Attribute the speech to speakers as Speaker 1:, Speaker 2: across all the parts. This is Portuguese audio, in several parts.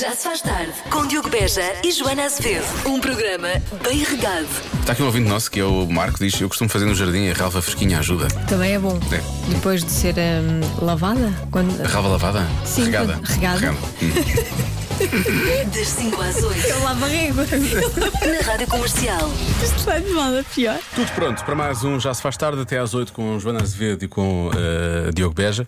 Speaker 1: Já se faz tarde com Diogo Beja e Joana Azevedo. Um programa bem regado.
Speaker 2: Está aqui um ouvinte nosso que é o Marco, diz: Eu costumo fazer no jardim a ralva fresquinha ajuda.
Speaker 3: Também é bom.
Speaker 2: É.
Speaker 3: Depois de ser hum, lavada? Quando...
Speaker 2: A ralva lavada?
Speaker 3: Sim,
Speaker 2: regada.
Speaker 3: quando- regada.
Speaker 2: Hum.
Speaker 1: Das 5 às 8
Speaker 3: Eu lavo a régua.
Speaker 1: na Rádio Comercial.
Speaker 3: Isto vai de mal a pior.
Speaker 2: Tudo pronto para mais um Já se faz tarde até às 8 com Joana Azevedo e com eh, Diogo Beja.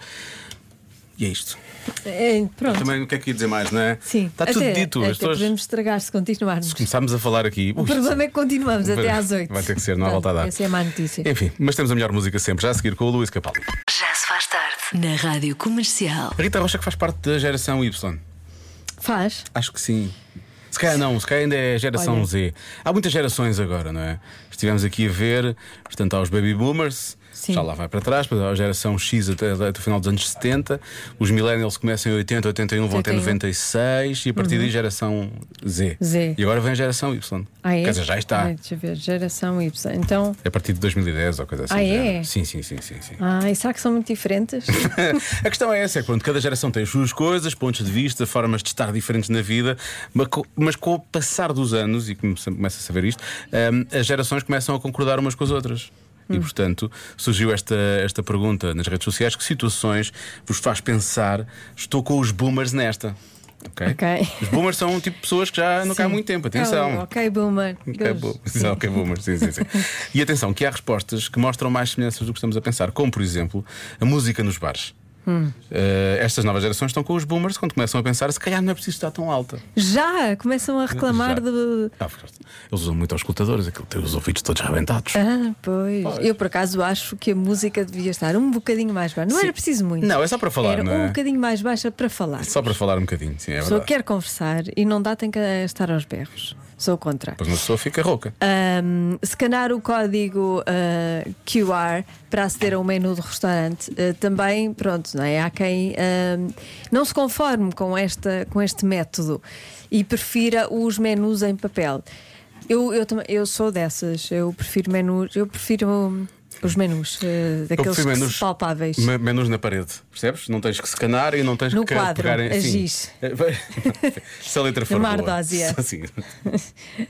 Speaker 2: E é isto.
Speaker 3: É, pronto.
Speaker 2: Também o que é que ia dizer mais, não é?
Speaker 3: Sim.
Speaker 2: Está tudo
Speaker 3: Até-
Speaker 2: dito.
Speaker 3: Até
Speaker 2: As pessoas
Speaker 3: Podemos estragar se continuarmos.
Speaker 2: começámos a falar aqui.
Speaker 3: O problema é que continuamos até às 8.
Speaker 2: Vai ter que ser, não há volta a dar.
Speaker 3: Essa é a má notícia.
Speaker 2: Enfim, mas temos a melhor música sempre, já a seguir com o Luís Capaldi.
Speaker 1: Já se faz tarde na Rádio Comercial.
Speaker 2: A Rita Rocha que faz parte da geração Y.
Speaker 3: Faz?
Speaker 2: Acho que sim. Se calhar não, se calhar ainda é geração
Speaker 3: Olha.
Speaker 2: Z. Há muitas gerações agora, não é? Estivemos aqui a ver, portanto, há os baby boomers,
Speaker 3: Sim.
Speaker 2: já lá vai para trás, depois há a geração X até, até o final dos anos 70, os millennials começam em 80, 81, vão até
Speaker 3: 81.
Speaker 2: 96 e a partir daí geração Z.
Speaker 3: Uhum. Z.
Speaker 2: E agora vem a geração Y.
Speaker 3: Ah, é?
Speaker 2: Quer dizer, já está.
Speaker 3: Ai, deixa eu ver. Geração Y. Então.
Speaker 2: É a partir de 2010 ou coisa assim.
Speaker 3: Ah,
Speaker 2: do
Speaker 3: é?
Speaker 2: género. Sim, sim, sim, sim. sim.
Speaker 3: Ah, e será que são muito diferentes?
Speaker 2: a questão é essa: é que pronto, cada geração tem as suas coisas, pontos de vista, formas de estar diferentes na vida, mas co- mas com o passar dos anos, e começa- começa a saber isto, hum, as gerações começam a concordar umas com as outras.
Speaker 3: Hum.
Speaker 2: E, portanto, surgiu esta, esta pergunta nas redes sociais: que situações vos faz pensar, estou com os boomers nesta? Ok.
Speaker 3: Ok.
Speaker 2: Os boomers são tipo pessoas que já não cá há
Speaker 3: Sim.
Speaker 2: muito tempo,
Speaker 3: É
Speaker 2: atenção.
Speaker 3: um ok, boomer.
Speaker 2: Ok, boomer. Sim, ok, boomer. Sim, sim, sim. E atenção, que há respostas que mostram mais semelhanças do que estamos a pensar, como por exemplo a música nos bares.
Speaker 3: Hum.
Speaker 2: Eh, estas novas gerações estão com os boomers quando começam a pensar se calhar não é preciso estar tão alta.
Speaker 3: Já começam a reclamar
Speaker 2: Já.
Speaker 3: de.
Speaker 2: Ah, porque eles usam muito aos escutadores, aquilo tem os ouvidos todos arrebentados.
Speaker 3: Ah, pois. Eu por acaso acho que a música devia estar um bocadinho mais baixa. Não
Speaker 2: Sim.
Speaker 3: era preciso muito.
Speaker 2: Não, é só para falar,
Speaker 3: Era
Speaker 2: não é?
Speaker 3: um bocadinho mais baixa para falar.
Speaker 2: Só para falar um bocadinho, sim, é
Speaker 3: A pessoa
Speaker 2: verdade.
Speaker 3: quer conversar e não dá, tem que estar aos berros. Sou contra.
Speaker 2: Depois uma pessoa fica rouca.
Speaker 3: Ahm, scanar o código ah, QR para aceder a um menu do restaurante ah, também, pronto, não é? Há quem ahm, não se conforme com, esta, com este método e prefira os menus em papel. Eu, eu, também- eu sou dessas, eu prefiro menus, eu prefiro hum, os menus, ah, daqueles
Speaker 2: prefiro
Speaker 3: que se-
Speaker 2: menus-
Speaker 3: palpáveis.
Speaker 2: Me- Menus na parede, percebes? Não tens que secanar e não tens
Speaker 3: No
Speaker 2: que
Speaker 3: quadro,
Speaker 2: pegar em.
Speaker 3: a
Speaker 2: sim. É,
Speaker 3: giz.
Speaker 2: Se a letra for.
Speaker 3: Numa
Speaker 2: boa.
Speaker 3: ardósia.
Speaker 2: Sim.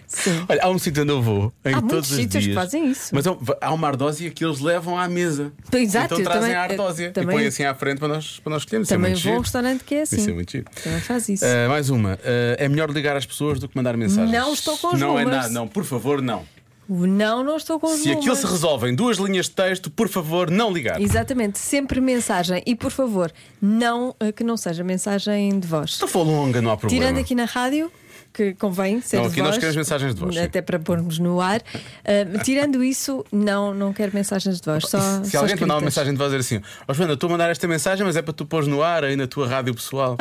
Speaker 3: Sim.
Speaker 2: Olha, há um sítio onde eu vou em
Speaker 3: Há
Speaker 2: todos
Speaker 3: muitos
Speaker 2: os
Speaker 3: sítios
Speaker 2: dias.
Speaker 3: que fazem isso.
Speaker 2: Mas há- um, há uma ardósia que eles levam à mesa.
Speaker 3: Exato,
Speaker 2: então
Speaker 3: eu
Speaker 2: trazem
Speaker 3: também-
Speaker 2: a ardósia
Speaker 3: eu também-
Speaker 2: e põem assim à frente para nós, para nós escolhermos. Isso é
Speaker 3: Também
Speaker 2: muito
Speaker 3: vou a um
Speaker 2: giro.
Speaker 3: restaurante que é assim.
Speaker 2: Isso é muito giro.
Speaker 3: Também faz isso.
Speaker 2: Ah, mais uma. Ah, é melhor ligar às pessoas do que mandar mensagens.
Speaker 3: Não estou com os
Speaker 2: Não é
Speaker 3: números.
Speaker 2: nada, não. Por favor, não.
Speaker 3: O Não, não estou com os
Speaker 2: Se aquilo
Speaker 3: números.
Speaker 2: se resolve em duas linhas de texto, por favor, não ligar.
Speaker 3: Exatamente, sempre mensagem. E por favor, não eh, que não seja mensagem de voz.
Speaker 2: Se Então for longa, não há problema.
Speaker 3: Tirando aqui na rádio, que convém ser
Speaker 2: Não,
Speaker 3: de
Speaker 2: aqui
Speaker 3: voz.
Speaker 2: nós queremos mensagens de voz, sim.
Speaker 3: Até para pormos no ar. Eh, tirando isso, não, não quero mensagens de voz. Só,
Speaker 2: Se
Speaker 3: só
Speaker 2: alguém te mandar uma
Speaker 3: escritas.
Speaker 2: mensagem de voz dizer assim: Ó Joana, estou a mandar esta mensagem, mas é para tu pôres no ar aí na tua rádio pessoal.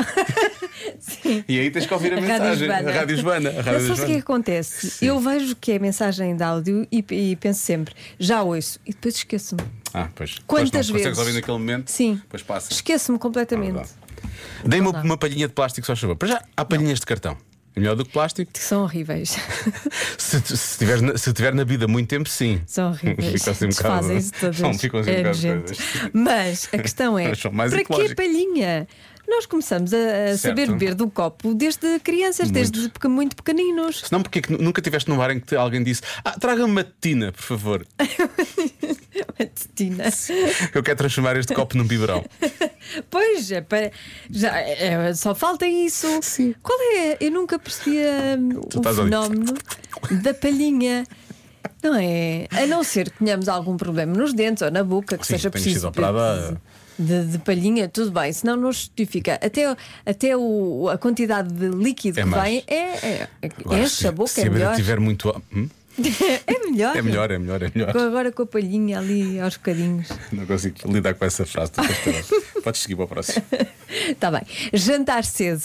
Speaker 2: E aí tens que ouvir a, mensagem.
Speaker 3: Joana.
Speaker 2: A Rádio Joana. A Rádio
Speaker 3: Não sabes o que é que
Speaker 2: Joana.
Speaker 3: acontece?
Speaker 2: Sim.
Speaker 3: Eu vejo que é mensagem de áudio e, e penso sempre, já ouço, e depois esqueço-me.
Speaker 2: Ah, pois.
Speaker 3: Quantas
Speaker 2: Pois não, Consegues
Speaker 3: vezes?
Speaker 2: ouvir naquele momento?
Speaker 3: Sim.
Speaker 2: Depois passa.
Speaker 3: Esqueço-me
Speaker 2: Não é
Speaker 3: completamente.
Speaker 2: verdade. Dei-me uma, uma palhinha de plástico, só chuva. Para já, há palhinhas de cartão. É melhor do que plástico.
Speaker 3: que são horríveis.
Speaker 2: Se, se, tiver na, se tiver na vida muito tempo, sim.
Speaker 3: São horríveis.
Speaker 2: Ficam assim um bocado-
Speaker 3: Desfazem-se todas.
Speaker 2: Não, ficam assim um
Speaker 3: É
Speaker 2: bocado
Speaker 3: nojento.
Speaker 2: coisas.
Speaker 3: Mas a questão é:
Speaker 2: São mais
Speaker 3: para que
Speaker 2: ecológicos.
Speaker 3: palhinha? Nós começamos a, a saber beber do copo desde crianças, desde pequ- muito pequeninos.
Speaker 2: Senão, porque é que nu- nunca tiveste num bar em que alguém disse: Ah, traga-me uma tina, por favor.
Speaker 3: É Tetina.
Speaker 2: Eu quero transformar este copo num biberão.
Speaker 3: Pois, é para- já, é- é- só falta isso.
Speaker 2: Sim.
Speaker 3: Qual é? Eu nunca percebi hum,
Speaker 2: Tu
Speaker 3: o
Speaker 2: estás ali.
Speaker 3: fenómeno da palhinha. Não é? A não ser que tenhamos algum problema nos dentes ou na boca, que
Speaker 2: Sim,
Speaker 3: seja
Speaker 2: tenho sido
Speaker 3: preciso. de-
Speaker 2: operada.
Speaker 3: De, de palhinha, tudo bem, senão não justifica. Até, até o, a quantidade de líquido
Speaker 2: É
Speaker 3: que
Speaker 2: mais.
Speaker 3: vem é, é, é-
Speaker 2: Agora,
Speaker 3: enche a boca,
Speaker 2: se
Speaker 3: é,
Speaker 2: a vida
Speaker 3: melhor.
Speaker 2: tiver muito. Hum?
Speaker 3: é melhor.
Speaker 2: É melhor, é melhor, é
Speaker 3: Com-
Speaker 2: melhor.
Speaker 3: Agora com a palhinha ali aos bocadinhos.
Speaker 2: Não consigo lidar com essa frase. de pastelão. Podes seguir para o próximo.
Speaker 3: Está Tá bem. Jantar cedo.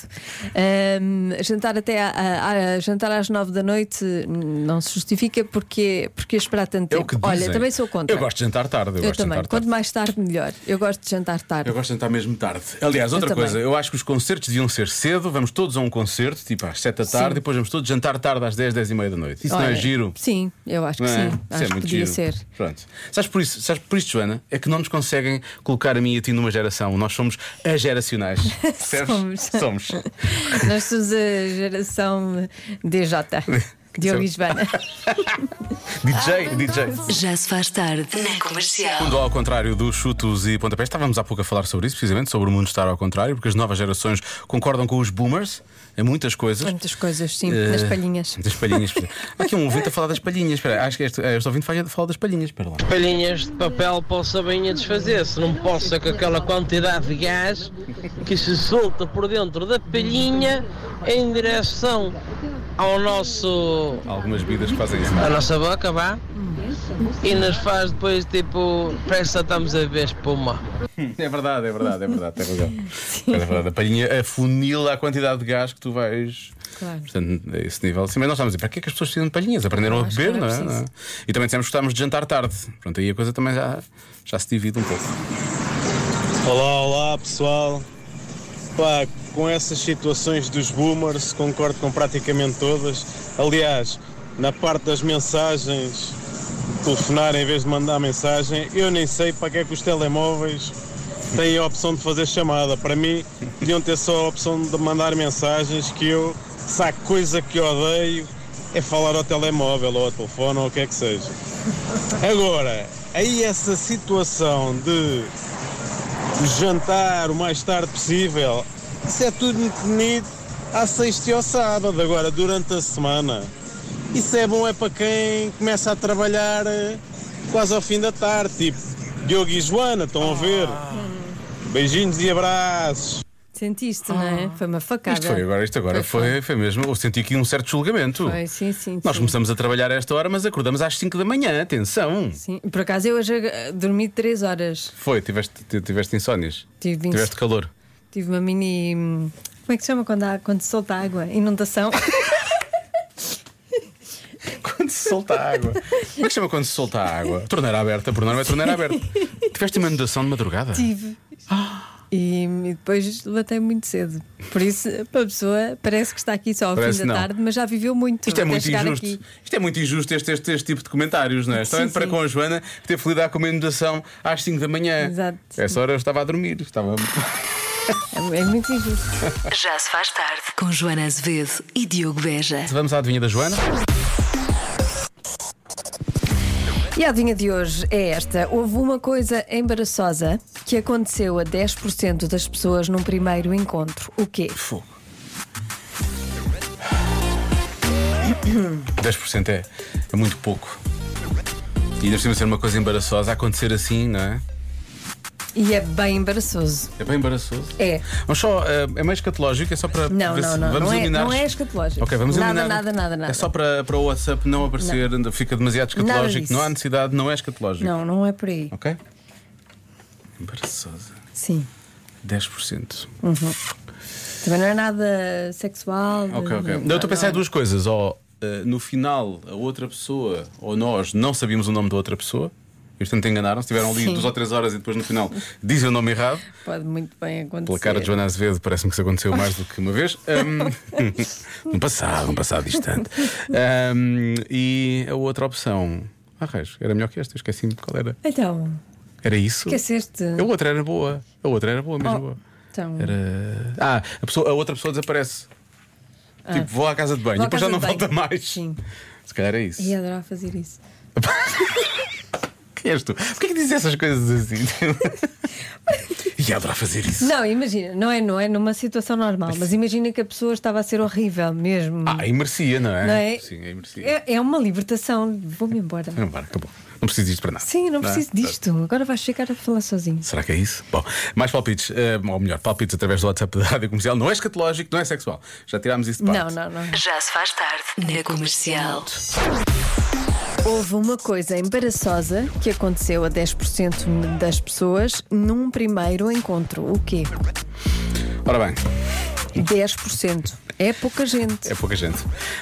Speaker 3: Ahm, jantar até à- à- à- jantar às nove da noite hum, não se justifica porque, porque esperar tanto
Speaker 2: É
Speaker 3: tempo.
Speaker 2: o que
Speaker 3: Olha,
Speaker 2: dizem.
Speaker 3: também sou contra.
Speaker 2: Eu gosto de jantar tarde. Eu,
Speaker 3: Eu
Speaker 2: gosto de
Speaker 3: também.
Speaker 2: jantar
Speaker 3: Quanto
Speaker 2: tarde.
Speaker 3: mais tarde, melhor. Eu gosto de jantar tarde.
Speaker 2: Eu gosto de jantar mesmo tarde. Aliás, outra
Speaker 3: também.
Speaker 2: coisa, eu acho que os concertos deviam ser cedo. Vamos todos a um concerto, tipo às 7 da tarde,
Speaker 3: Sim.
Speaker 2: depois vamos todos jantar tarde às 10, 10 e meia da noite. Isso não é
Speaker 3: Olha,
Speaker 2: giro.
Speaker 3: Sim, eu acho que
Speaker 2: Não é?
Speaker 3: sim.
Speaker 2: Isso é
Speaker 3: Acho que
Speaker 2: muito
Speaker 3: podia
Speaker 2: giro.
Speaker 3: ser.
Speaker 2: Pronto. Sabes por, isso, sabes por isto, Joana? É que não nos conseguem colocar a mim e a ti numa geração. Nós somos ageracionais. Percebes?
Speaker 3: Somos.
Speaker 2: somos.
Speaker 3: Nós somos a geração DJ. Diogo e Joana. Ah,
Speaker 2: DJ, DJ.
Speaker 1: Já se faz tarde na comercial.
Speaker 2: Mundo ao contrário dos chutos e pontapés, estávamos há pouco a falar sobre isso, precisamente, sobre o mundo estar ao contrário, porque as novas gerações concordam com os boomers em muitas coisas.
Speaker 3: Muitas coisas, sim,
Speaker 2: Eh,
Speaker 3: nas palhinhas.
Speaker 2: Das palhinhas. Há aqui um ouvinte a falar das palhinhas. Espera, acho que este, este ouvinte faz- fala das palhinhas. Espera lá.
Speaker 4: palhinhas de papel posso a bainha desfazer-se, não possa com aquela quantidade de gás que se solta por dentro da palhinha em direção ao nosso
Speaker 2: Há algumas bebidas que fazem isso.
Speaker 4: à nossa boca, vá, e nos faz depois tipo, parece que só estamos a ver espuma.
Speaker 2: É verdade, é verdade, é verdade. Tem razão. É verdade. A palhinha afunila a quantidade de gás que tu vais.
Speaker 3: Claro.
Speaker 2: Portanto, a esse nível. Sim, mas nós estamos a dizer, para que é que as pessoas precisam de palhinhas? Aprenderam a
Speaker 3: acho que
Speaker 2: beber, não
Speaker 3: não é
Speaker 2: é?
Speaker 3: preciso.
Speaker 2: E também dissemos que gostávamos de jantar tarde. Pronto, aí a coisa também já, já se divide um pouco.
Speaker 5: Olá, olá pessoal. Pá, com essas situações dos boomers, concordo com praticamente todas. Aliás, na parte das mensagens, telefonar em vez de mandar mensagem, eu nem sei para que é que os telemóveis têm a opção de fazer chamada. Para mim, deviam ter só a opção de mandar mensagens que eu, se há coisa que odeio, é falar ao telemóvel ou ao telefone ou o que é que seja. Agora, aí essa situação de jantar o mais tarde possível. Isso é tudo muito bonito à sexta e ao sábado, agora durante a semana. Isso é bom é para quem começa a trabalhar eh, quase ao fim da tarde, tipo Diogo e Joana, estão a ver? Beijinhos e abraços.
Speaker 3: Sentiste, não é? Foi uma facada.
Speaker 2: Ah. Isto foi agora, isto agora
Speaker 3: Foi,
Speaker 2: foi, foi mesmo. Eu senti aqui um certo julgamento.
Speaker 3: Foi, sim, sim.
Speaker 2: Nós
Speaker 3: sim.
Speaker 2: começamos a trabalhar a esta hora, mas acordamos às 5 da manhã, atenção!
Speaker 3: Sim, por acaso eu hoje eh, dormi 3 horas.
Speaker 2: Foi, tiveste, ti- tiveste insónias?
Speaker 3: Tive ins-
Speaker 2: Tiveste calor.
Speaker 3: Tive uma mini. hum, Como é que se chama quando, há, quando se solta água? Inundação.
Speaker 2: Quando se solta a água. Como é que se chama quando se solta a água? Torneira aberta, por norma é torneira aberta. Tiveste uma inundação de madrugada?
Speaker 3: Tive. E, e depois levantei muito cedo. Por isso, para a pessoa, parece que está aqui só ao
Speaker 2: Parece
Speaker 3: fim da
Speaker 2: não.
Speaker 3: tarde, mas já viveu muito.
Speaker 2: Isto é
Speaker 3: até
Speaker 2: muito
Speaker 3: chegar
Speaker 2: injusto.
Speaker 3: Aqui.
Speaker 2: Isto é muito injusto este, este, este tipo de comentários, não é? Estava
Speaker 3: sim.
Speaker 2: para com a Joana que teve que lidar com uma inundação às 5 da manhã.
Speaker 3: Exato.
Speaker 2: Essa hora eu estava a dormir. Estava...
Speaker 3: É, é muito injusto.
Speaker 1: Já se faz tarde com Joana Azevedo e Diogo Beja.
Speaker 2: Vamos à adivinha da Joana?
Speaker 3: E a adivinha de hoje é esta. Houve uma coisa embaraçosa que aconteceu a 10% das pessoas num primeiro encontro. O quê?
Speaker 2: Fogo. 10% é, é muito pouco. E ainda precisa ser uma coisa embaraçosa, acontecer assim, não é?
Speaker 3: E é bem embaraçoso.
Speaker 2: É bem embaraçoso.
Speaker 3: É.
Speaker 2: Mas só, eh, é mais escatológico, é só para.
Speaker 3: Não,
Speaker 2: ver se-
Speaker 3: não, não.
Speaker 2: Vamos
Speaker 3: não, é,
Speaker 2: eliminar.
Speaker 3: não é escatológico.
Speaker 2: Ok, vamos
Speaker 3: nada,
Speaker 2: eliminar.
Speaker 3: Nada, nada, nada.
Speaker 2: É só para, para o WhatsApp não aparecer, ainda fica demasiado
Speaker 3: Nada
Speaker 2: escatológico.
Speaker 3: disso.
Speaker 2: Não há necessidade, não é escatológico.
Speaker 3: Não, não é por aí.
Speaker 2: Ok? Embaraçosa.
Speaker 3: Sim.
Speaker 2: 10%.
Speaker 3: Também não é nada sexual.
Speaker 2: Ok, ok.
Speaker 3: não-
Speaker 2: eu estou a pensar em duas coisas. Ou eh, no final, a outra pessoa ou nós não sabíamos o nome da outra pessoa. E portanto enganaram-se, tiveram ali
Speaker 3: Sim.
Speaker 2: duas ou três horas e depois no final dizem o nome errado.
Speaker 3: Pode muito bem acontecer.
Speaker 2: Pela cara de Joana Azevedo, parece-me que isso aconteceu mais do que uma vez. Um, um passado, um passado distante. Um, e a outra opção. Ah, raios, era melhor que esta, eu esqueci-me de qual era.
Speaker 3: Então,
Speaker 2: Era isso?
Speaker 3: esqueceste.
Speaker 2: A outra era boa. A outra era boa, mesmo boa.
Speaker 3: Então,
Speaker 2: Era- Ah, a, pessoa- a outra pessoa desaparece. Tipo, vou à casa de banho
Speaker 3: Ah. Vou
Speaker 2: e
Speaker 3: à
Speaker 2: depois já
Speaker 3: casa
Speaker 2: não
Speaker 3: de banho.
Speaker 2: volta mais.
Speaker 3: Sim.
Speaker 2: Se calhar é isso.
Speaker 3: ia adorar fazer isso.
Speaker 2: Quem és tu? Porquê que dizes essas coisas assim? e adorar fazer isso.
Speaker 3: Não, imagina, não é, não é numa situação normal, mas imagina que a pessoa estava a ser horrível mesmo.
Speaker 2: Ah, e merecia, não é?
Speaker 3: não é?
Speaker 2: Sim, aí merecia.
Speaker 3: é, é uma libertação. Vou-me embora.
Speaker 2: Vamos embora, acabou. Não preciso disto para nada.
Speaker 3: Sim, não
Speaker 2: é?
Speaker 3: preciso disto. Agora vais chegar a falar sozinho.
Speaker 2: Será que é isso? Bom, mais palpites, eh, ou melhor, palpites através do WhatsApp da Rádio Comercial. Não é escatológico, não é sexual. Já tirámos isso de parte.
Speaker 3: Não, não, não.
Speaker 1: Já se faz tarde na comercial.
Speaker 3: Houve uma coisa embaraçosa que aconteceu a 10% das pessoas num primeiro encontro. O quê?
Speaker 2: Ora bem,
Speaker 3: 10%. É pouca gente.
Speaker 2: é pouca gente.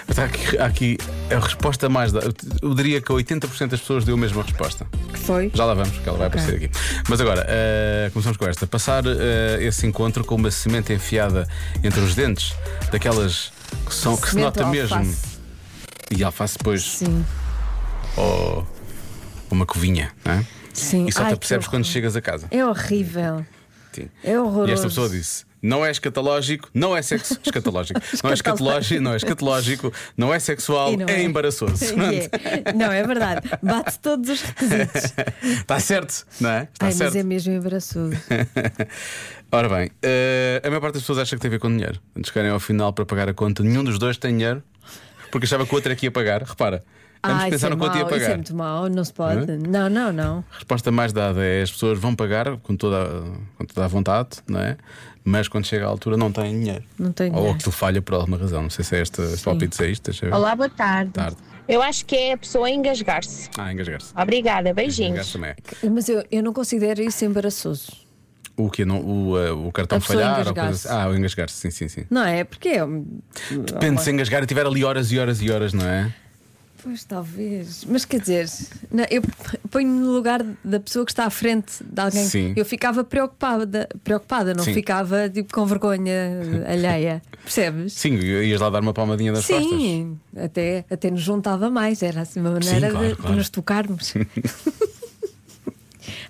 Speaker 2: Mas há aqui, há aqui a resposta mais. da- Eu diria que 80% das pessoas deu a mesma resposta.
Speaker 3: Que foi?
Speaker 2: Já lá vamos, que ela vai aparecer aqui. Mas agora, eh, começamos com esta. Passar eh, esse encontro com uma semente enfiada entre os dentes, daquelas que, são, que se
Speaker 3: Semente
Speaker 2: nota
Speaker 3: ou
Speaker 2: mesmo.
Speaker 3: alface.
Speaker 2: E alface depois.
Speaker 3: Sim.
Speaker 2: ou uma covinha, não é?
Speaker 3: Sim.
Speaker 2: E só
Speaker 3: Ai,
Speaker 2: te
Speaker 3: que
Speaker 2: apercebes
Speaker 3: horror.
Speaker 2: quando chegas a casa.
Speaker 3: É horrível.
Speaker 2: Sim.
Speaker 3: É horroroso.
Speaker 2: E esta pessoa disse: não é escatológico, não é sexo escatológico. não é escatológico, não é escatológico, não é sexual,
Speaker 3: E não
Speaker 2: é,
Speaker 3: é.
Speaker 2: embaraçoso.
Speaker 3: É. Não, é verdade. Bate todos os requisitos.
Speaker 2: Está certo, não é? Está
Speaker 3: Ai, mas
Speaker 2: Tá certo.
Speaker 3: é mesmo embaraçoso.
Speaker 2: Ora bem, eh, a maior parte das pessoas acha que tem a ver com dinheiro. Quando chegarem ao final para pagar a conta, nenhum dos dois tem dinheiro, porque achava que o outro é que ia pagar. Repara, vamos
Speaker 3: Ah, isso
Speaker 2: pensar
Speaker 3: é
Speaker 2: no quanto ia
Speaker 3: mau, isso é
Speaker 2: pagar.
Speaker 3: muito mau, não se pode.
Speaker 2: Hã?
Speaker 3: Não, não, não.
Speaker 2: A resposta mais dada é as pessoas vão pagar com toda, a- com toda a vontade, não é? Mas quando chega à altura não têm dinheiro.
Speaker 3: Não têm
Speaker 2: Ou
Speaker 3: dinheiro.
Speaker 2: aquilo falha por alguma razão. Não sei se é este este palpite, se é isto. Deixa eu ver.
Speaker 6: Olá, boa tarde.
Speaker 2: Tarde.
Speaker 6: Eu acho que é a pessoa engasgar-se.
Speaker 2: Ah, engasgar-se.
Speaker 6: Obrigada,
Speaker 2: Engasgar-se
Speaker 6: beijinhos.
Speaker 2: também é.
Speaker 3: Mas eu, eu não considero isso embaraçoso.
Speaker 2: O que não, o, eh, o cartão
Speaker 3: A pessoa
Speaker 2: falhar ou coisa
Speaker 3: engasgar-se.
Speaker 2: assim. Ah, o engasgar-se, sim, sim, sim.
Speaker 3: Não é? Porque é. um-
Speaker 2: Depende se engasgar e tiver ali horas e horas e horas, não é?
Speaker 3: Pois talvez. Mas quer dizer, não, eu ponho-me no lugar da pessoa que está à frente de alguém.
Speaker 2: Sim.
Speaker 3: Eu ficava preocupada, preocupada não
Speaker 2: Sim.
Speaker 3: ficava tipo com vergonha alheia. Percebes?
Speaker 2: Sim, ias lá dar uma palmadinha das costas.
Speaker 3: Sim, até, até nos juntava mais, era assim uma maneira
Speaker 2: Sim, claro,
Speaker 3: de, de
Speaker 2: claro.
Speaker 3: nos tocarmos.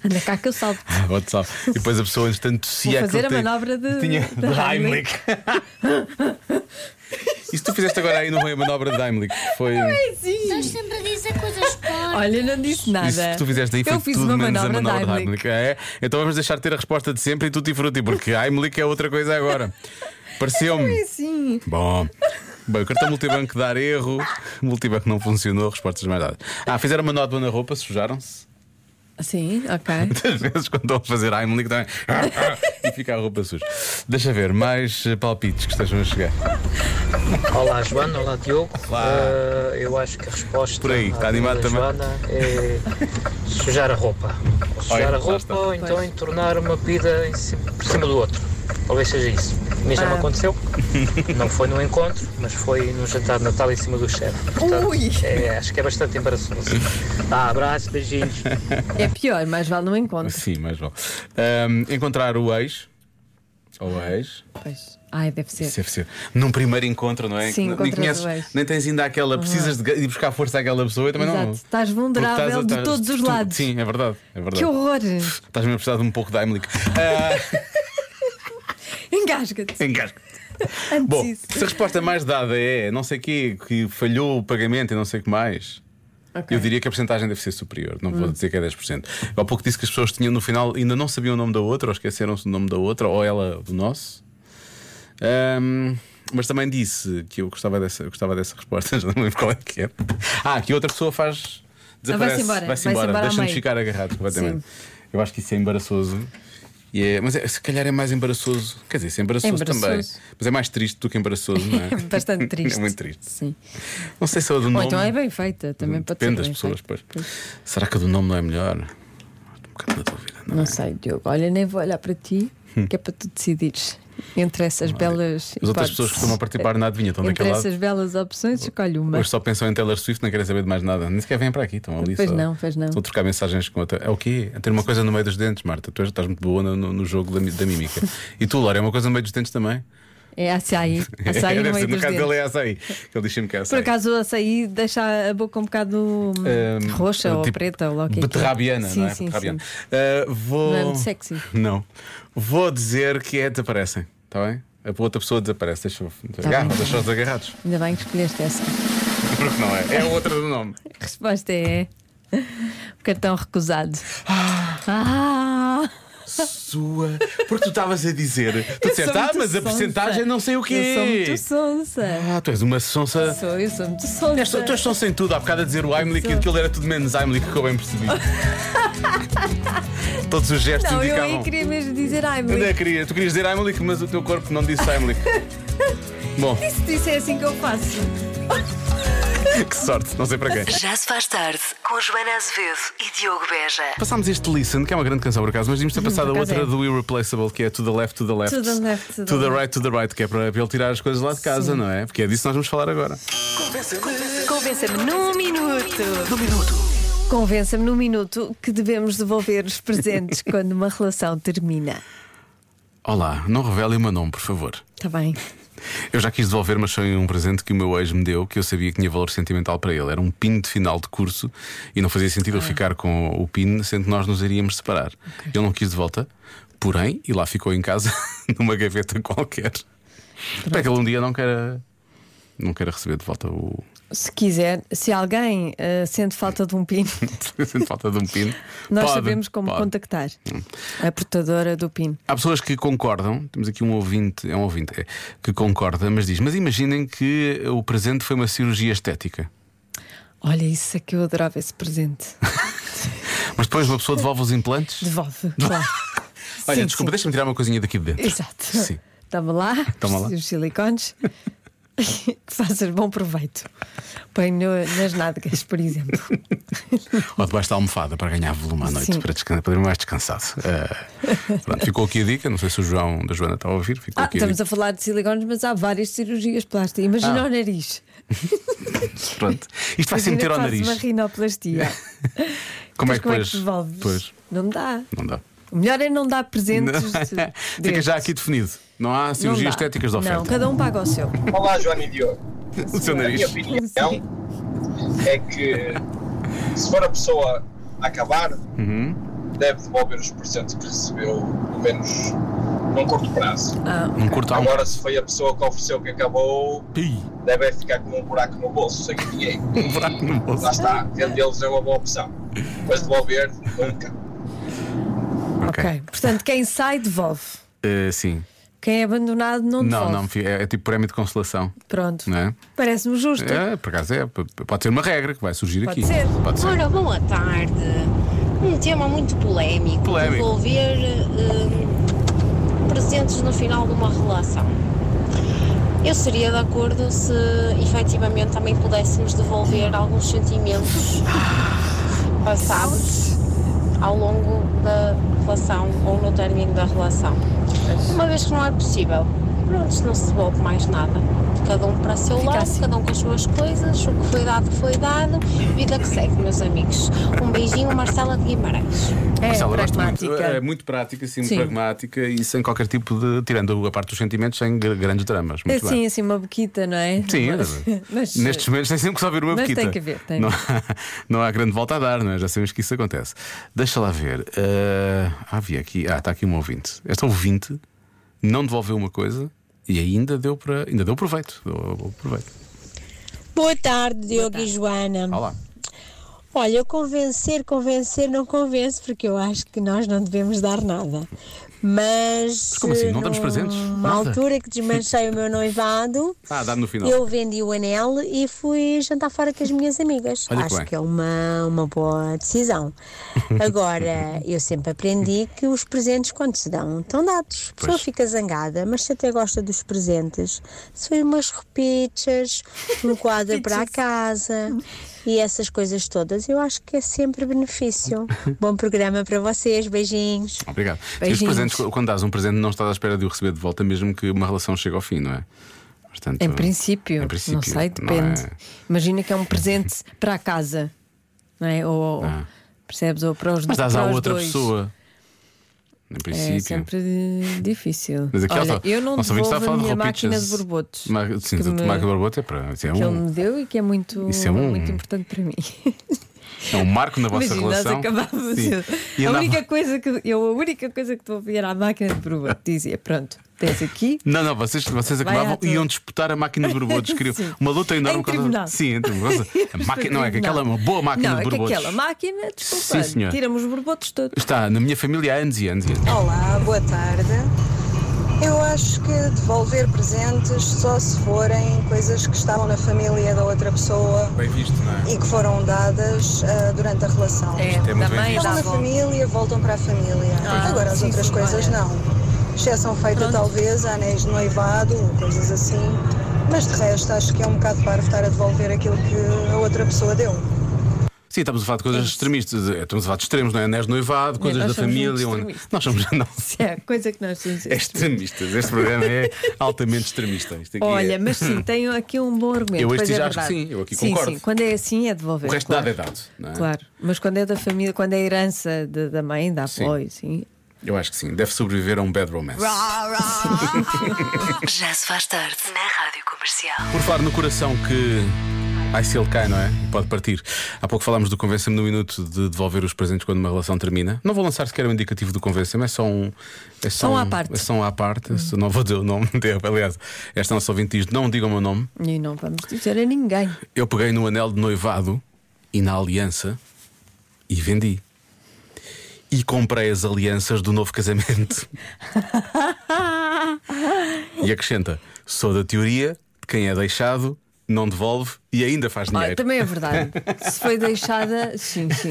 Speaker 3: Anda cá que eu salto.
Speaker 2: Ah, bote sal. E depois a pessoa, entretanto, tossia
Speaker 3: Vou
Speaker 2: aquilo
Speaker 3: fazer a
Speaker 2: que tem-
Speaker 3: manobra de-
Speaker 2: Tinha
Speaker 3: de
Speaker 2: de Heimlich. e se tu fizeste agora aí, não foi a manobra de Heimlich? Foi.
Speaker 3: é
Speaker 7: Estás sempre a dizer coisas porcas.
Speaker 3: Olha, não disse nada.
Speaker 2: Isso que tu fizeste aí
Speaker 3: eu
Speaker 2: foi
Speaker 3: fiz
Speaker 2: tudo
Speaker 3: uma
Speaker 2: menos
Speaker 3: manobra,
Speaker 2: a manobra de
Speaker 3: de Heimlich.
Speaker 2: Heimlich. É, então vamos deixar de ter a resposta de sempre e tutti frutti, porque Heimlich é outra coisa agora.
Speaker 3: É
Speaker 2: Pareceu-me.
Speaker 3: Sim,
Speaker 2: Bom. Bem, o cartão multibanco dar erro, multibanco não funcionou, respostas mais dadas. Ah, fizeram uma nódoa na roupa, sujaram-se.
Speaker 3: sim, ok.
Speaker 2: Muitas vezes quando estão a fazer Heimlich também. e fica a roupa suja. Deixa ver, mais eh, palpites que estejam a chegar.
Speaker 8: Olá Joana, olá Diogo.
Speaker 2: Olá.
Speaker 8: Eh, eu acho que a resposta
Speaker 2: Por aí,
Speaker 8: à
Speaker 2: está animado
Speaker 8: pergunta da
Speaker 2: também?
Speaker 8: Joana é sujar a roupa. Ou
Speaker 2: Olha,
Speaker 8: sujar
Speaker 2: lá
Speaker 8: a roupa
Speaker 2: está.
Speaker 8: ou então entornar uma pida em cima, por cima do outro. Talvez seja é isso. A mim já me
Speaker 3: Ah.
Speaker 8: aconteceu. Não foi no encontro, mas foi no jantar de Natal em cima do chefe. Portanto,
Speaker 3: Ui.
Speaker 8: é, acho que é bastante embaraçoso. Tá, abraço, beijinhos.
Speaker 3: É pior, mais vale não encontro.
Speaker 2: Sim, mas bom. Ahm, encontrar o ex. Ou a ex.
Speaker 3: Pois. Ai, deve ser.
Speaker 2: Isso deve ser. Num primeiro encontro, não é?
Speaker 3: Sim,
Speaker 2: nem,
Speaker 3: encontras
Speaker 2: conheces-
Speaker 3: o ex. Uhum.
Speaker 2: nem tens ainda aquela. Precisas de ga- de ir buscar força àquela pessoa e também não.
Speaker 3: Exato. Estás
Speaker 2: Porque
Speaker 3: vulnerável
Speaker 2: estás a-
Speaker 3: de
Speaker 2: estás-
Speaker 3: todos os
Speaker 2: tu-
Speaker 3: lados.
Speaker 2: Sim, é verdade. É verdade.
Speaker 3: Que horror!
Speaker 2: Estás mesmo a precisar de um pouco de Heimlich. Ah,
Speaker 3: Engasga-te.
Speaker 2: engasgo.
Speaker 3: Antes
Speaker 2: Bom,
Speaker 3: disso.
Speaker 2: se a resposta mais dada é não sei quê, que falhou o pagamento e não sei o que mais,
Speaker 3: Ok. Hum.
Speaker 2: eu diria que a porcentagem deve ser superior. Não vou dizer que é 10%. Eu Há pouco disse que as pessoas tinham no final ainda não sabiam o nome da outra, ou esqueceram-se do nome da outra, ou ela do nosso. Ahm, mas também disse que eu gostava dessa, eu gostava dessa resposta, já não me lembro qual é que é. Ah, que outra pessoa faz. Desaparece, vai-se
Speaker 3: embora, vai-se
Speaker 2: embora,
Speaker 3: embora ao
Speaker 2: deixa-nos
Speaker 3: meio.
Speaker 2: ficar agarrados completamente. Eu acho que isso é embaraçoso. E é- mas é- se calhar é mais embaraçoso. Quer dizer, isso é embaraçoso,
Speaker 3: embaraçoso.
Speaker 2: também. Mas é mais triste do que embaraçoso, não é?
Speaker 3: Bastante triste.
Speaker 2: é muito triste.
Speaker 3: Sim.
Speaker 2: Não sei se é o do
Speaker 3: Ou
Speaker 2: nome.
Speaker 3: então é bem feita, também pode
Speaker 2: Depende
Speaker 3: ser.
Speaker 2: das
Speaker 3: bem
Speaker 2: pessoas,
Speaker 3: feita.
Speaker 2: pois. Será que a do nome não é melhor? Estou um bocado na dúvida, não é? Hum.
Speaker 3: Não sei, Diogo. Olha, nem vou olhar para ti, que é para tu decidires. Entre essas belas.
Speaker 2: As é? outras
Speaker 3: hipóteses.
Speaker 2: pessoas que estão a participar na adivinha estão
Speaker 3: Entre
Speaker 2: daquele lado.
Speaker 3: essas belas opções, escolhe uma.
Speaker 2: Hoje só pensam em Taylor Swift, não querem saber de mais nada. Nem sequer vêm para aqui, estão ali.
Speaker 3: Pois
Speaker 2: só-
Speaker 3: não, pois não.
Speaker 2: Estão a trocar mensagens com outra. É o quê? A ter uma coisa no meio dos dentes, Marta. Tu és- estás muito boa no, no- no jogo da, mi- da mímica. E tu, Laura, é uma coisa no meio dos dentes também?
Speaker 3: É açaí. Açaí
Speaker 2: Deve ser,
Speaker 3: no meio
Speaker 2: no
Speaker 3: dos
Speaker 2: caso
Speaker 3: dedos.
Speaker 2: dele é açaí. Ele diz-me que é açaí.
Speaker 3: Por acaso, o açaí deixa a boca um bocado hum,
Speaker 2: Ahm,
Speaker 3: roxa ou
Speaker 2: tipo,
Speaker 3: preta ou lá o que é que é.
Speaker 2: Beterrabiana,
Speaker 3: sim,
Speaker 2: não é?
Speaker 3: Sim,
Speaker 2: Beterrabiana.
Speaker 3: sim.
Speaker 2: Ah, vou...
Speaker 3: Não é muito sexy.
Speaker 2: Não. Vou dizer que é desaparecem, está bem? A outra pessoa desaparece, deixa-os
Speaker 3: Tá bem.
Speaker 2: deixa agarrados.
Speaker 3: Ainda bem que escolheste essa.
Speaker 2: Porque não é? É a outra do nome.
Speaker 3: A resposta é. O cartão recusado. Ah!
Speaker 2: Sua. Porque tu estavas a dizer. Tu
Speaker 3: Eu
Speaker 2: disseste,
Speaker 3: sou
Speaker 2: ah,
Speaker 3: muito
Speaker 2: mas a
Speaker 3: sonsa.
Speaker 2: percentagem não sei o quê.
Speaker 3: Eu sou muito sonsa.
Speaker 2: Ah, tu és uma sonsa.
Speaker 3: Sou, eu sou muito sonsa.
Speaker 2: És- Tu és sonsa em tudo, há bocado a dizer o Heimlich e
Speaker 3: Sou.
Speaker 2: aquilo era tudo menos Heimlich, que eu bem percebi. Todos os gestos
Speaker 3: Não, eu
Speaker 2: indicavam.
Speaker 3: aí queria mesmo dizer, ai,
Speaker 2: Eu ainda é,
Speaker 3: mas
Speaker 2: queria. Tu querias dizer Heimlich, mas o teu corpo não disse Heimlich. Bom,
Speaker 3: isso, isso é assim que eu faço. é-
Speaker 2: que sorte, não sei para quem.
Speaker 1: Já se faz tarde com Joana Azevedo e Diogo Beja.
Speaker 2: Passámos este Listen, que é uma grande canção por acaso, mas devíamos ter passado a
Speaker 3: por acaso
Speaker 2: outra
Speaker 3: é.
Speaker 2: do Irreplaceable, que é To the Left, To the Left.
Speaker 3: To the Left, To the
Speaker 2: the
Speaker 3: Left.
Speaker 2: Right, To the Right, que é para para ele tirar as coisas lá de casa, não é? Porque é disso que nós vamos falar agora.
Speaker 3: Convença-me num minuto. Convença-me num minuto que devemos devolver os presentes quando uma relação termina.
Speaker 2: Olá, não revelem o meu nome, por favor.
Speaker 3: Está Tá bem.
Speaker 2: Eu já quis devolver, mas foi um presente que o meu ex me deu que eu sabia que tinha valor sentimental para ele. Era um pin de final de curso e não fazia
Speaker 3: Ah.
Speaker 2: sentido eu ficar com o pin, sendo que nós nos iríamos separar. Ele não quis de volta, porém, e lá ficou em casa, numa gaveta qualquer. Para que ele um dia não queira, não queira receber de volta o.
Speaker 3: Se quiser, se alguém eh, sente falta de um pino,
Speaker 2: sente falta de um pin.
Speaker 3: nós
Speaker 2: Pode,
Speaker 3: sabemos como
Speaker 2: pode. Hum.
Speaker 3: contactar a portadora do pino.
Speaker 2: Há pessoas que concordam, temos aqui um ouvinte, é um ouvinte, é, que concorda, mas diz: Mas imaginem que o presente foi uma cirurgia estética.
Speaker 3: Olha, isso é que eu adorava esse presente.
Speaker 2: Mas depois uma pessoa devolve os implantes.
Speaker 3: Devolve, claro.
Speaker 2: Olha,
Speaker 3: Sim,
Speaker 2: desculpa,
Speaker 3: sim.
Speaker 2: deixa-me tirar uma coisinha daqui de dentro.
Speaker 3: Exato.
Speaker 2: Sim.
Speaker 3: Toma lá,
Speaker 2: Toma lá.
Speaker 3: os silicones. que faças bom proveito. Põe no- nas nádegas, por exemplo.
Speaker 2: Ou debaixo da almofada para ganhar volume à noite,
Speaker 3: Sim.
Speaker 2: para, descansar, para dormir mais descansado. Eh, pronto, ficou aqui a dica, não sei se o João da Joana está a ouvir, ficou
Speaker 3: Ah,
Speaker 2: aqui
Speaker 3: estamos
Speaker 2: a
Speaker 3: a falar de silicones, mas há várias cirurgias plásticas. Imagina
Speaker 2: Ah.
Speaker 3: o nariz.
Speaker 2: dica. Pronto. Isto vai se
Speaker 3: Imagina
Speaker 2: meter
Speaker 3: que
Speaker 2: ao
Speaker 3: fazes
Speaker 2: nariz. É.
Speaker 3: uma rinoplastia.
Speaker 2: Como
Speaker 3: Mas
Speaker 2: é que
Speaker 3: como é que
Speaker 2: depois.
Speaker 3: devolves?
Speaker 2: Pois,
Speaker 3: Não me dá.
Speaker 2: não dá.
Speaker 3: O melhor é não dar presentes.
Speaker 2: Fica
Speaker 3: destes.
Speaker 2: já aqui definido. Não há
Speaker 3: Não
Speaker 2: cirurgias
Speaker 3: dá.
Speaker 2: estéticas de oferta.
Speaker 3: Não, cada um paga o seu.
Speaker 9: Olá, Joana e Diogo.
Speaker 2: O seu
Speaker 9: A minha
Speaker 2: nariz.
Speaker 9: opinião
Speaker 3: Sim.
Speaker 9: é que se for a pessoa a acabar, deve devolver os presentes que recebeu, pelo menos num curto prazo.
Speaker 3: Ah,
Speaker 2: Não curto há um.
Speaker 9: Agora, se foi a pessoa que ofereceu que acabou,
Speaker 2: Pi,
Speaker 9: deve é ficar com um buraco no bolso, sem dinheiro.
Speaker 2: um buraco no bolso.
Speaker 9: Lá está, vendê-los é uma boa opção. Mas devolver, nunca.
Speaker 2: Ok.
Speaker 3: ok. Portanto, quem sai, devolve.
Speaker 2: Eh, sim.
Speaker 3: Quem é abandonado,
Speaker 2: Não,
Speaker 3: não devolve.
Speaker 2: não, fi- é, é tipo prémio de consolação,
Speaker 3: Pronto.
Speaker 2: não é?
Speaker 3: Parece-me justo.
Speaker 2: É, por acaso é, p- p- pode ser uma regra que vai surgir
Speaker 3: Pode
Speaker 2: aqui.
Speaker 3: ser.
Speaker 2: Pode ser.
Speaker 10: Ora, boa tarde. Um tema muito polémico.
Speaker 2: Polémico.
Speaker 10: Devolver hum, presentes no final de uma relação. Eu seria de acordo se efetivamente também pudéssemos devolver alguns sentimentos passados ao longo da relação ou no término da relação. Uma vez que não é possível, pronto, não se devolve mais nada. Cada um para o seu
Speaker 3: Fica
Speaker 10: lado,
Speaker 3: assim.
Speaker 10: cada um com as suas coisas, o que foi dado foi dado, vida que segue, meus amigos. Um beijinho, Marcela de Guimarães.
Speaker 3: É,
Speaker 2: Marcela, eu gosto muito.
Speaker 3: pragmática.
Speaker 2: é muito prática, sim,
Speaker 3: Sim.
Speaker 2: pragmática e sem qualquer tipo de. tirando a parte dos sentimentos, sem gr- grandes dramas. Muito
Speaker 3: Assim,
Speaker 2: bem.
Speaker 3: assim, uma boquita, não é?
Speaker 2: Sim,
Speaker 3: mas.
Speaker 2: nestes momentos tem sempre que só ver uma
Speaker 3: mas
Speaker 2: boquita.
Speaker 3: tem que haver, tem
Speaker 2: não, há, não há grande volta a dar, não é? Já sabemos que isso acontece. Deixa lá ver. eh, ah, havia aqui. Ah, está aqui um ouvinte. Esta ouvinte não devolveu uma coisa e ainda deu para. ainda deu proveito. Deu, deu proveito.
Speaker 10: Boa tarde, Diogo e Joana.
Speaker 2: Olá.
Speaker 10: Olha, eu convencer, convencer, não convenço, porque eu acho que nós não devemos dar nada. Mas.
Speaker 2: Mas como assim? Não
Speaker 10: eh,
Speaker 2: damos presentes?
Speaker 10: numa
Speaker 2: Nada?
Speaker 10: altura que desmanchei o meu noivado,
Speaker 2: Ah, dá no final.
Speaker 10: eu vendi o anel e fui jantar fora com as minhas amigas.
Speaker 2: Olha que
Speaker 10: acho
Speaker 2: bem.
Speaker 10: que, é uma, uma boa decisão. Agora, eu sempre aprendi que os presentes, quando se dão, estão dados. A pessoa
Speaker 2: Pois.
Speaker 10: fica zangada, mas se até gosta dos presentes, se foi umas repichas, um quadro para a casa e essas coisas todas, eu acho que é sempre benefício. Bom programa para vocês, beijinhos.
Speaker 2: Obrigado. Sim, os
Speaker 3: Beijinhos.
Speaker 2: presentes, quando dás um presente, não estás à espera de o receber de volta, mesmo que uma relação chegue ao fim, não é? Portanto,
Speaker 3: Em princípio,
Speaker 2: em princípio,
Speaker 3: não sei,
Speaker 2: não é?
Speaker 3: depende. Imagina que é um presente para a casa, não é? Ou,
Speaker 2: Ah.
Speaker 3: percebes? Ou para os
Speaker 2: Mas dás à
Speaker 3: para os
Speaker 2: outra
Speaker 3: dois.
Speaker 2: pessoa. Em princípio.
Speaker 3: É sempre eh, difícil.
Speaker 2: Mas aqui ela
Speaker 3: Olha,
Speaker 2: está-
Speaker 3: eu não
Speaker 2: nosso ouvinte está
Speaker 3: devolvo
Speaker 2: a
Speaker 3: a,
Speaker 2: falar de
Speaker 3: minha máquina de
Speaker 2: roupichas.
Speaker 3: borbotos
Speaker 2: Ma- Sim,
Speaker 3: que,
Speaker 2: de
Speaker 3: me-
Speaker 2: máquina de borbote é para. isso é
Speaker 3: que ele
Speaker 2: um,
Speaker 3: me deu e que é muito,
Speaker 2: Isso é um-
Speaker 3: muito importante para mim.
Speaker 2: é um marco na vossa
Speaker 3: Imagina, nós
Speaker 2: relação.
Speaker 3: acabávamos.
Speaker 2: Sim. E
Speaker 3: a,
Speaker 2: andava-
Speaker 3: única coisa que, eu, a única coisa que devolvi era a máquina de borbotos. Dizia, pronto, tens aqui.
Speaker 2: Não, não, vocês, vocês
Speaker 3: Vai à
Speaker 2: acabavam
Speaker 3: tua.
Speaker 2: e iam disputar a máquina de borbotes. Queriam
Speaker 3: Sim.
Speaker 2: uma luta enorme.
Speaker 3: Em
Speaker 2: por causa-
Speaker 3: tribunal.
Speaker 2: Sim, em tribunal. A máquina, não é que aquela é uma boa máquina
Speaker 3: não,
Speaker 2: de
Speaker 3: é que
Speaker 2: borbotes.
Speaker 3: aquela máquina,
Speaker 2: Sim,
Speaker 3: desculpa,
Speaker 2: senhor.
Speaker 3: tiramos os borbotos todos.
Speaker 2: Está na minha família há anos e anos e anos.
Speaker 10: Olá, boa tarde. Eu acho que devolver presentes só se forem coisas que estavam na família da outra pessoa
Speaker 2: Bem visto, não é?
Speaker 10: e que foram dadas ah, durante a relação.
Speaker 3: É,
Speaker 2: muito bem
Speaker 3: também
Speaker 2: visto.
Speaker 10: Estão
Speaker 3: dá
Speaker 10: na
Speaker 3: bom. Ah,
Speaker 10: família, voltam para a família. Agora as
Speaker 3: sim,
Speaker 10: outras
Speaker 3: sim,
Speaker 10: coisas
Speaker 3: olha.
Speaker 10: não. Exceção feita talvez a anéis de noivado, coisas assim. Mas de resto acho que é um bocado para estar a devolver aquilo que a outra pessoa deu.
Speaker 2: Sim, estamos a falar de coisas extremistas. É, Estamos a falar de extremos, não é? Anéis de noivado, coisas da
Speaker 3: nós somos muito
Speaker 2: família. onde-
Speaker 3: extremistas.
Speaker 2: Nós somos. Não,
Speaker 3: É, coisa que nós temos.
Speaker 2: é extremistas. Este programa é altamente extremista. Isto aqui é-
Speaker 3: Olha, mas sim, tenho aqui um bom argumento.
Speaker 2: Eu este
Speaker 3: pois é
Speaker 2: já acho que
Speaker 3: verdade.
Speaker 2: sim, eu aqui
Speaker 3: sim,
Speaker 2: concordo.
Speaker 3: Sim, quando é assim é devolver.
Speaker 2: o resto
Speaker 3: claro.
Speaker 2: dado é dado. Não é?
Speaker 3: Claro, mas quando é da família, quando é herança de- da mãe, da
Speaker 2: Sim.
Speaker 3: avó, e assim,
Speaker 2: Eu acho que sim, deve sobreviver a um bad romance.
Speaker 1: Já se faz tarde na Rádio Comercial.
Speaker 2: Por falar no coração que. Ai, se ele cai, não é? Pode partir. Há pouco falámos do convença-me no minuto de devolver os presentes quando uma relação termina. Não vou lançar sequer um indicativo do convença-me, é só um. É só
Speaker 3: Só um à
Speaker 2: um-
Speaker 3: parte.
Speaker 2: É só um à parte. Eu Não vou dizer o nome dele. Aliás, esta nossa ouvinte diz: não digam o meu nome.
Speaker 3: E não vamos dizer a ninguém.
Speaker 2: Eu peguei no anel de noivado e na aliança e vendi. E comprei as alianças do novo casamento. Ah, e acrescenta: sou da teoria, de quem é deixado, não devolve e ainda faz dinheiro.
Speaker 3: Olha, também é verdade. Se foi deixada, sim, sim.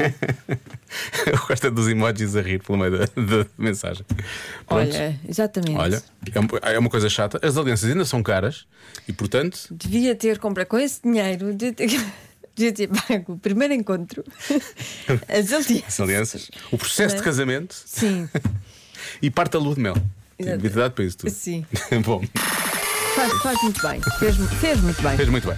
Speaker 2: Eu gosto é dos emojis a rir pelo meio da, da mensagem. Pronto.
Speaker 3: Olha, é exatamente.
Speaker 2: Olha, é um- é uma coisa chata. As alianças ainda são caras e, portanto,
Speaker 3: Devia ter comprado com esse dinheiro, devia ter, devia ter pago o primeiro encontro, as alianças.
Speaker 2: as alianças, o processo de
Speaker 3: Bem.
Speaker 2: casamento
Speaker 3: Sim,
Speaker 2: e parte da lua de mel. Tem
Speaker 3: Exato.
Speaker 2: habilidade para isso tudo.
Speaker 3: sim.
Speaker 2: Bom,
Speaker 3: Faz, faz muito bem. Fez, fez muito bem.
Speaker 2: fez muito bem.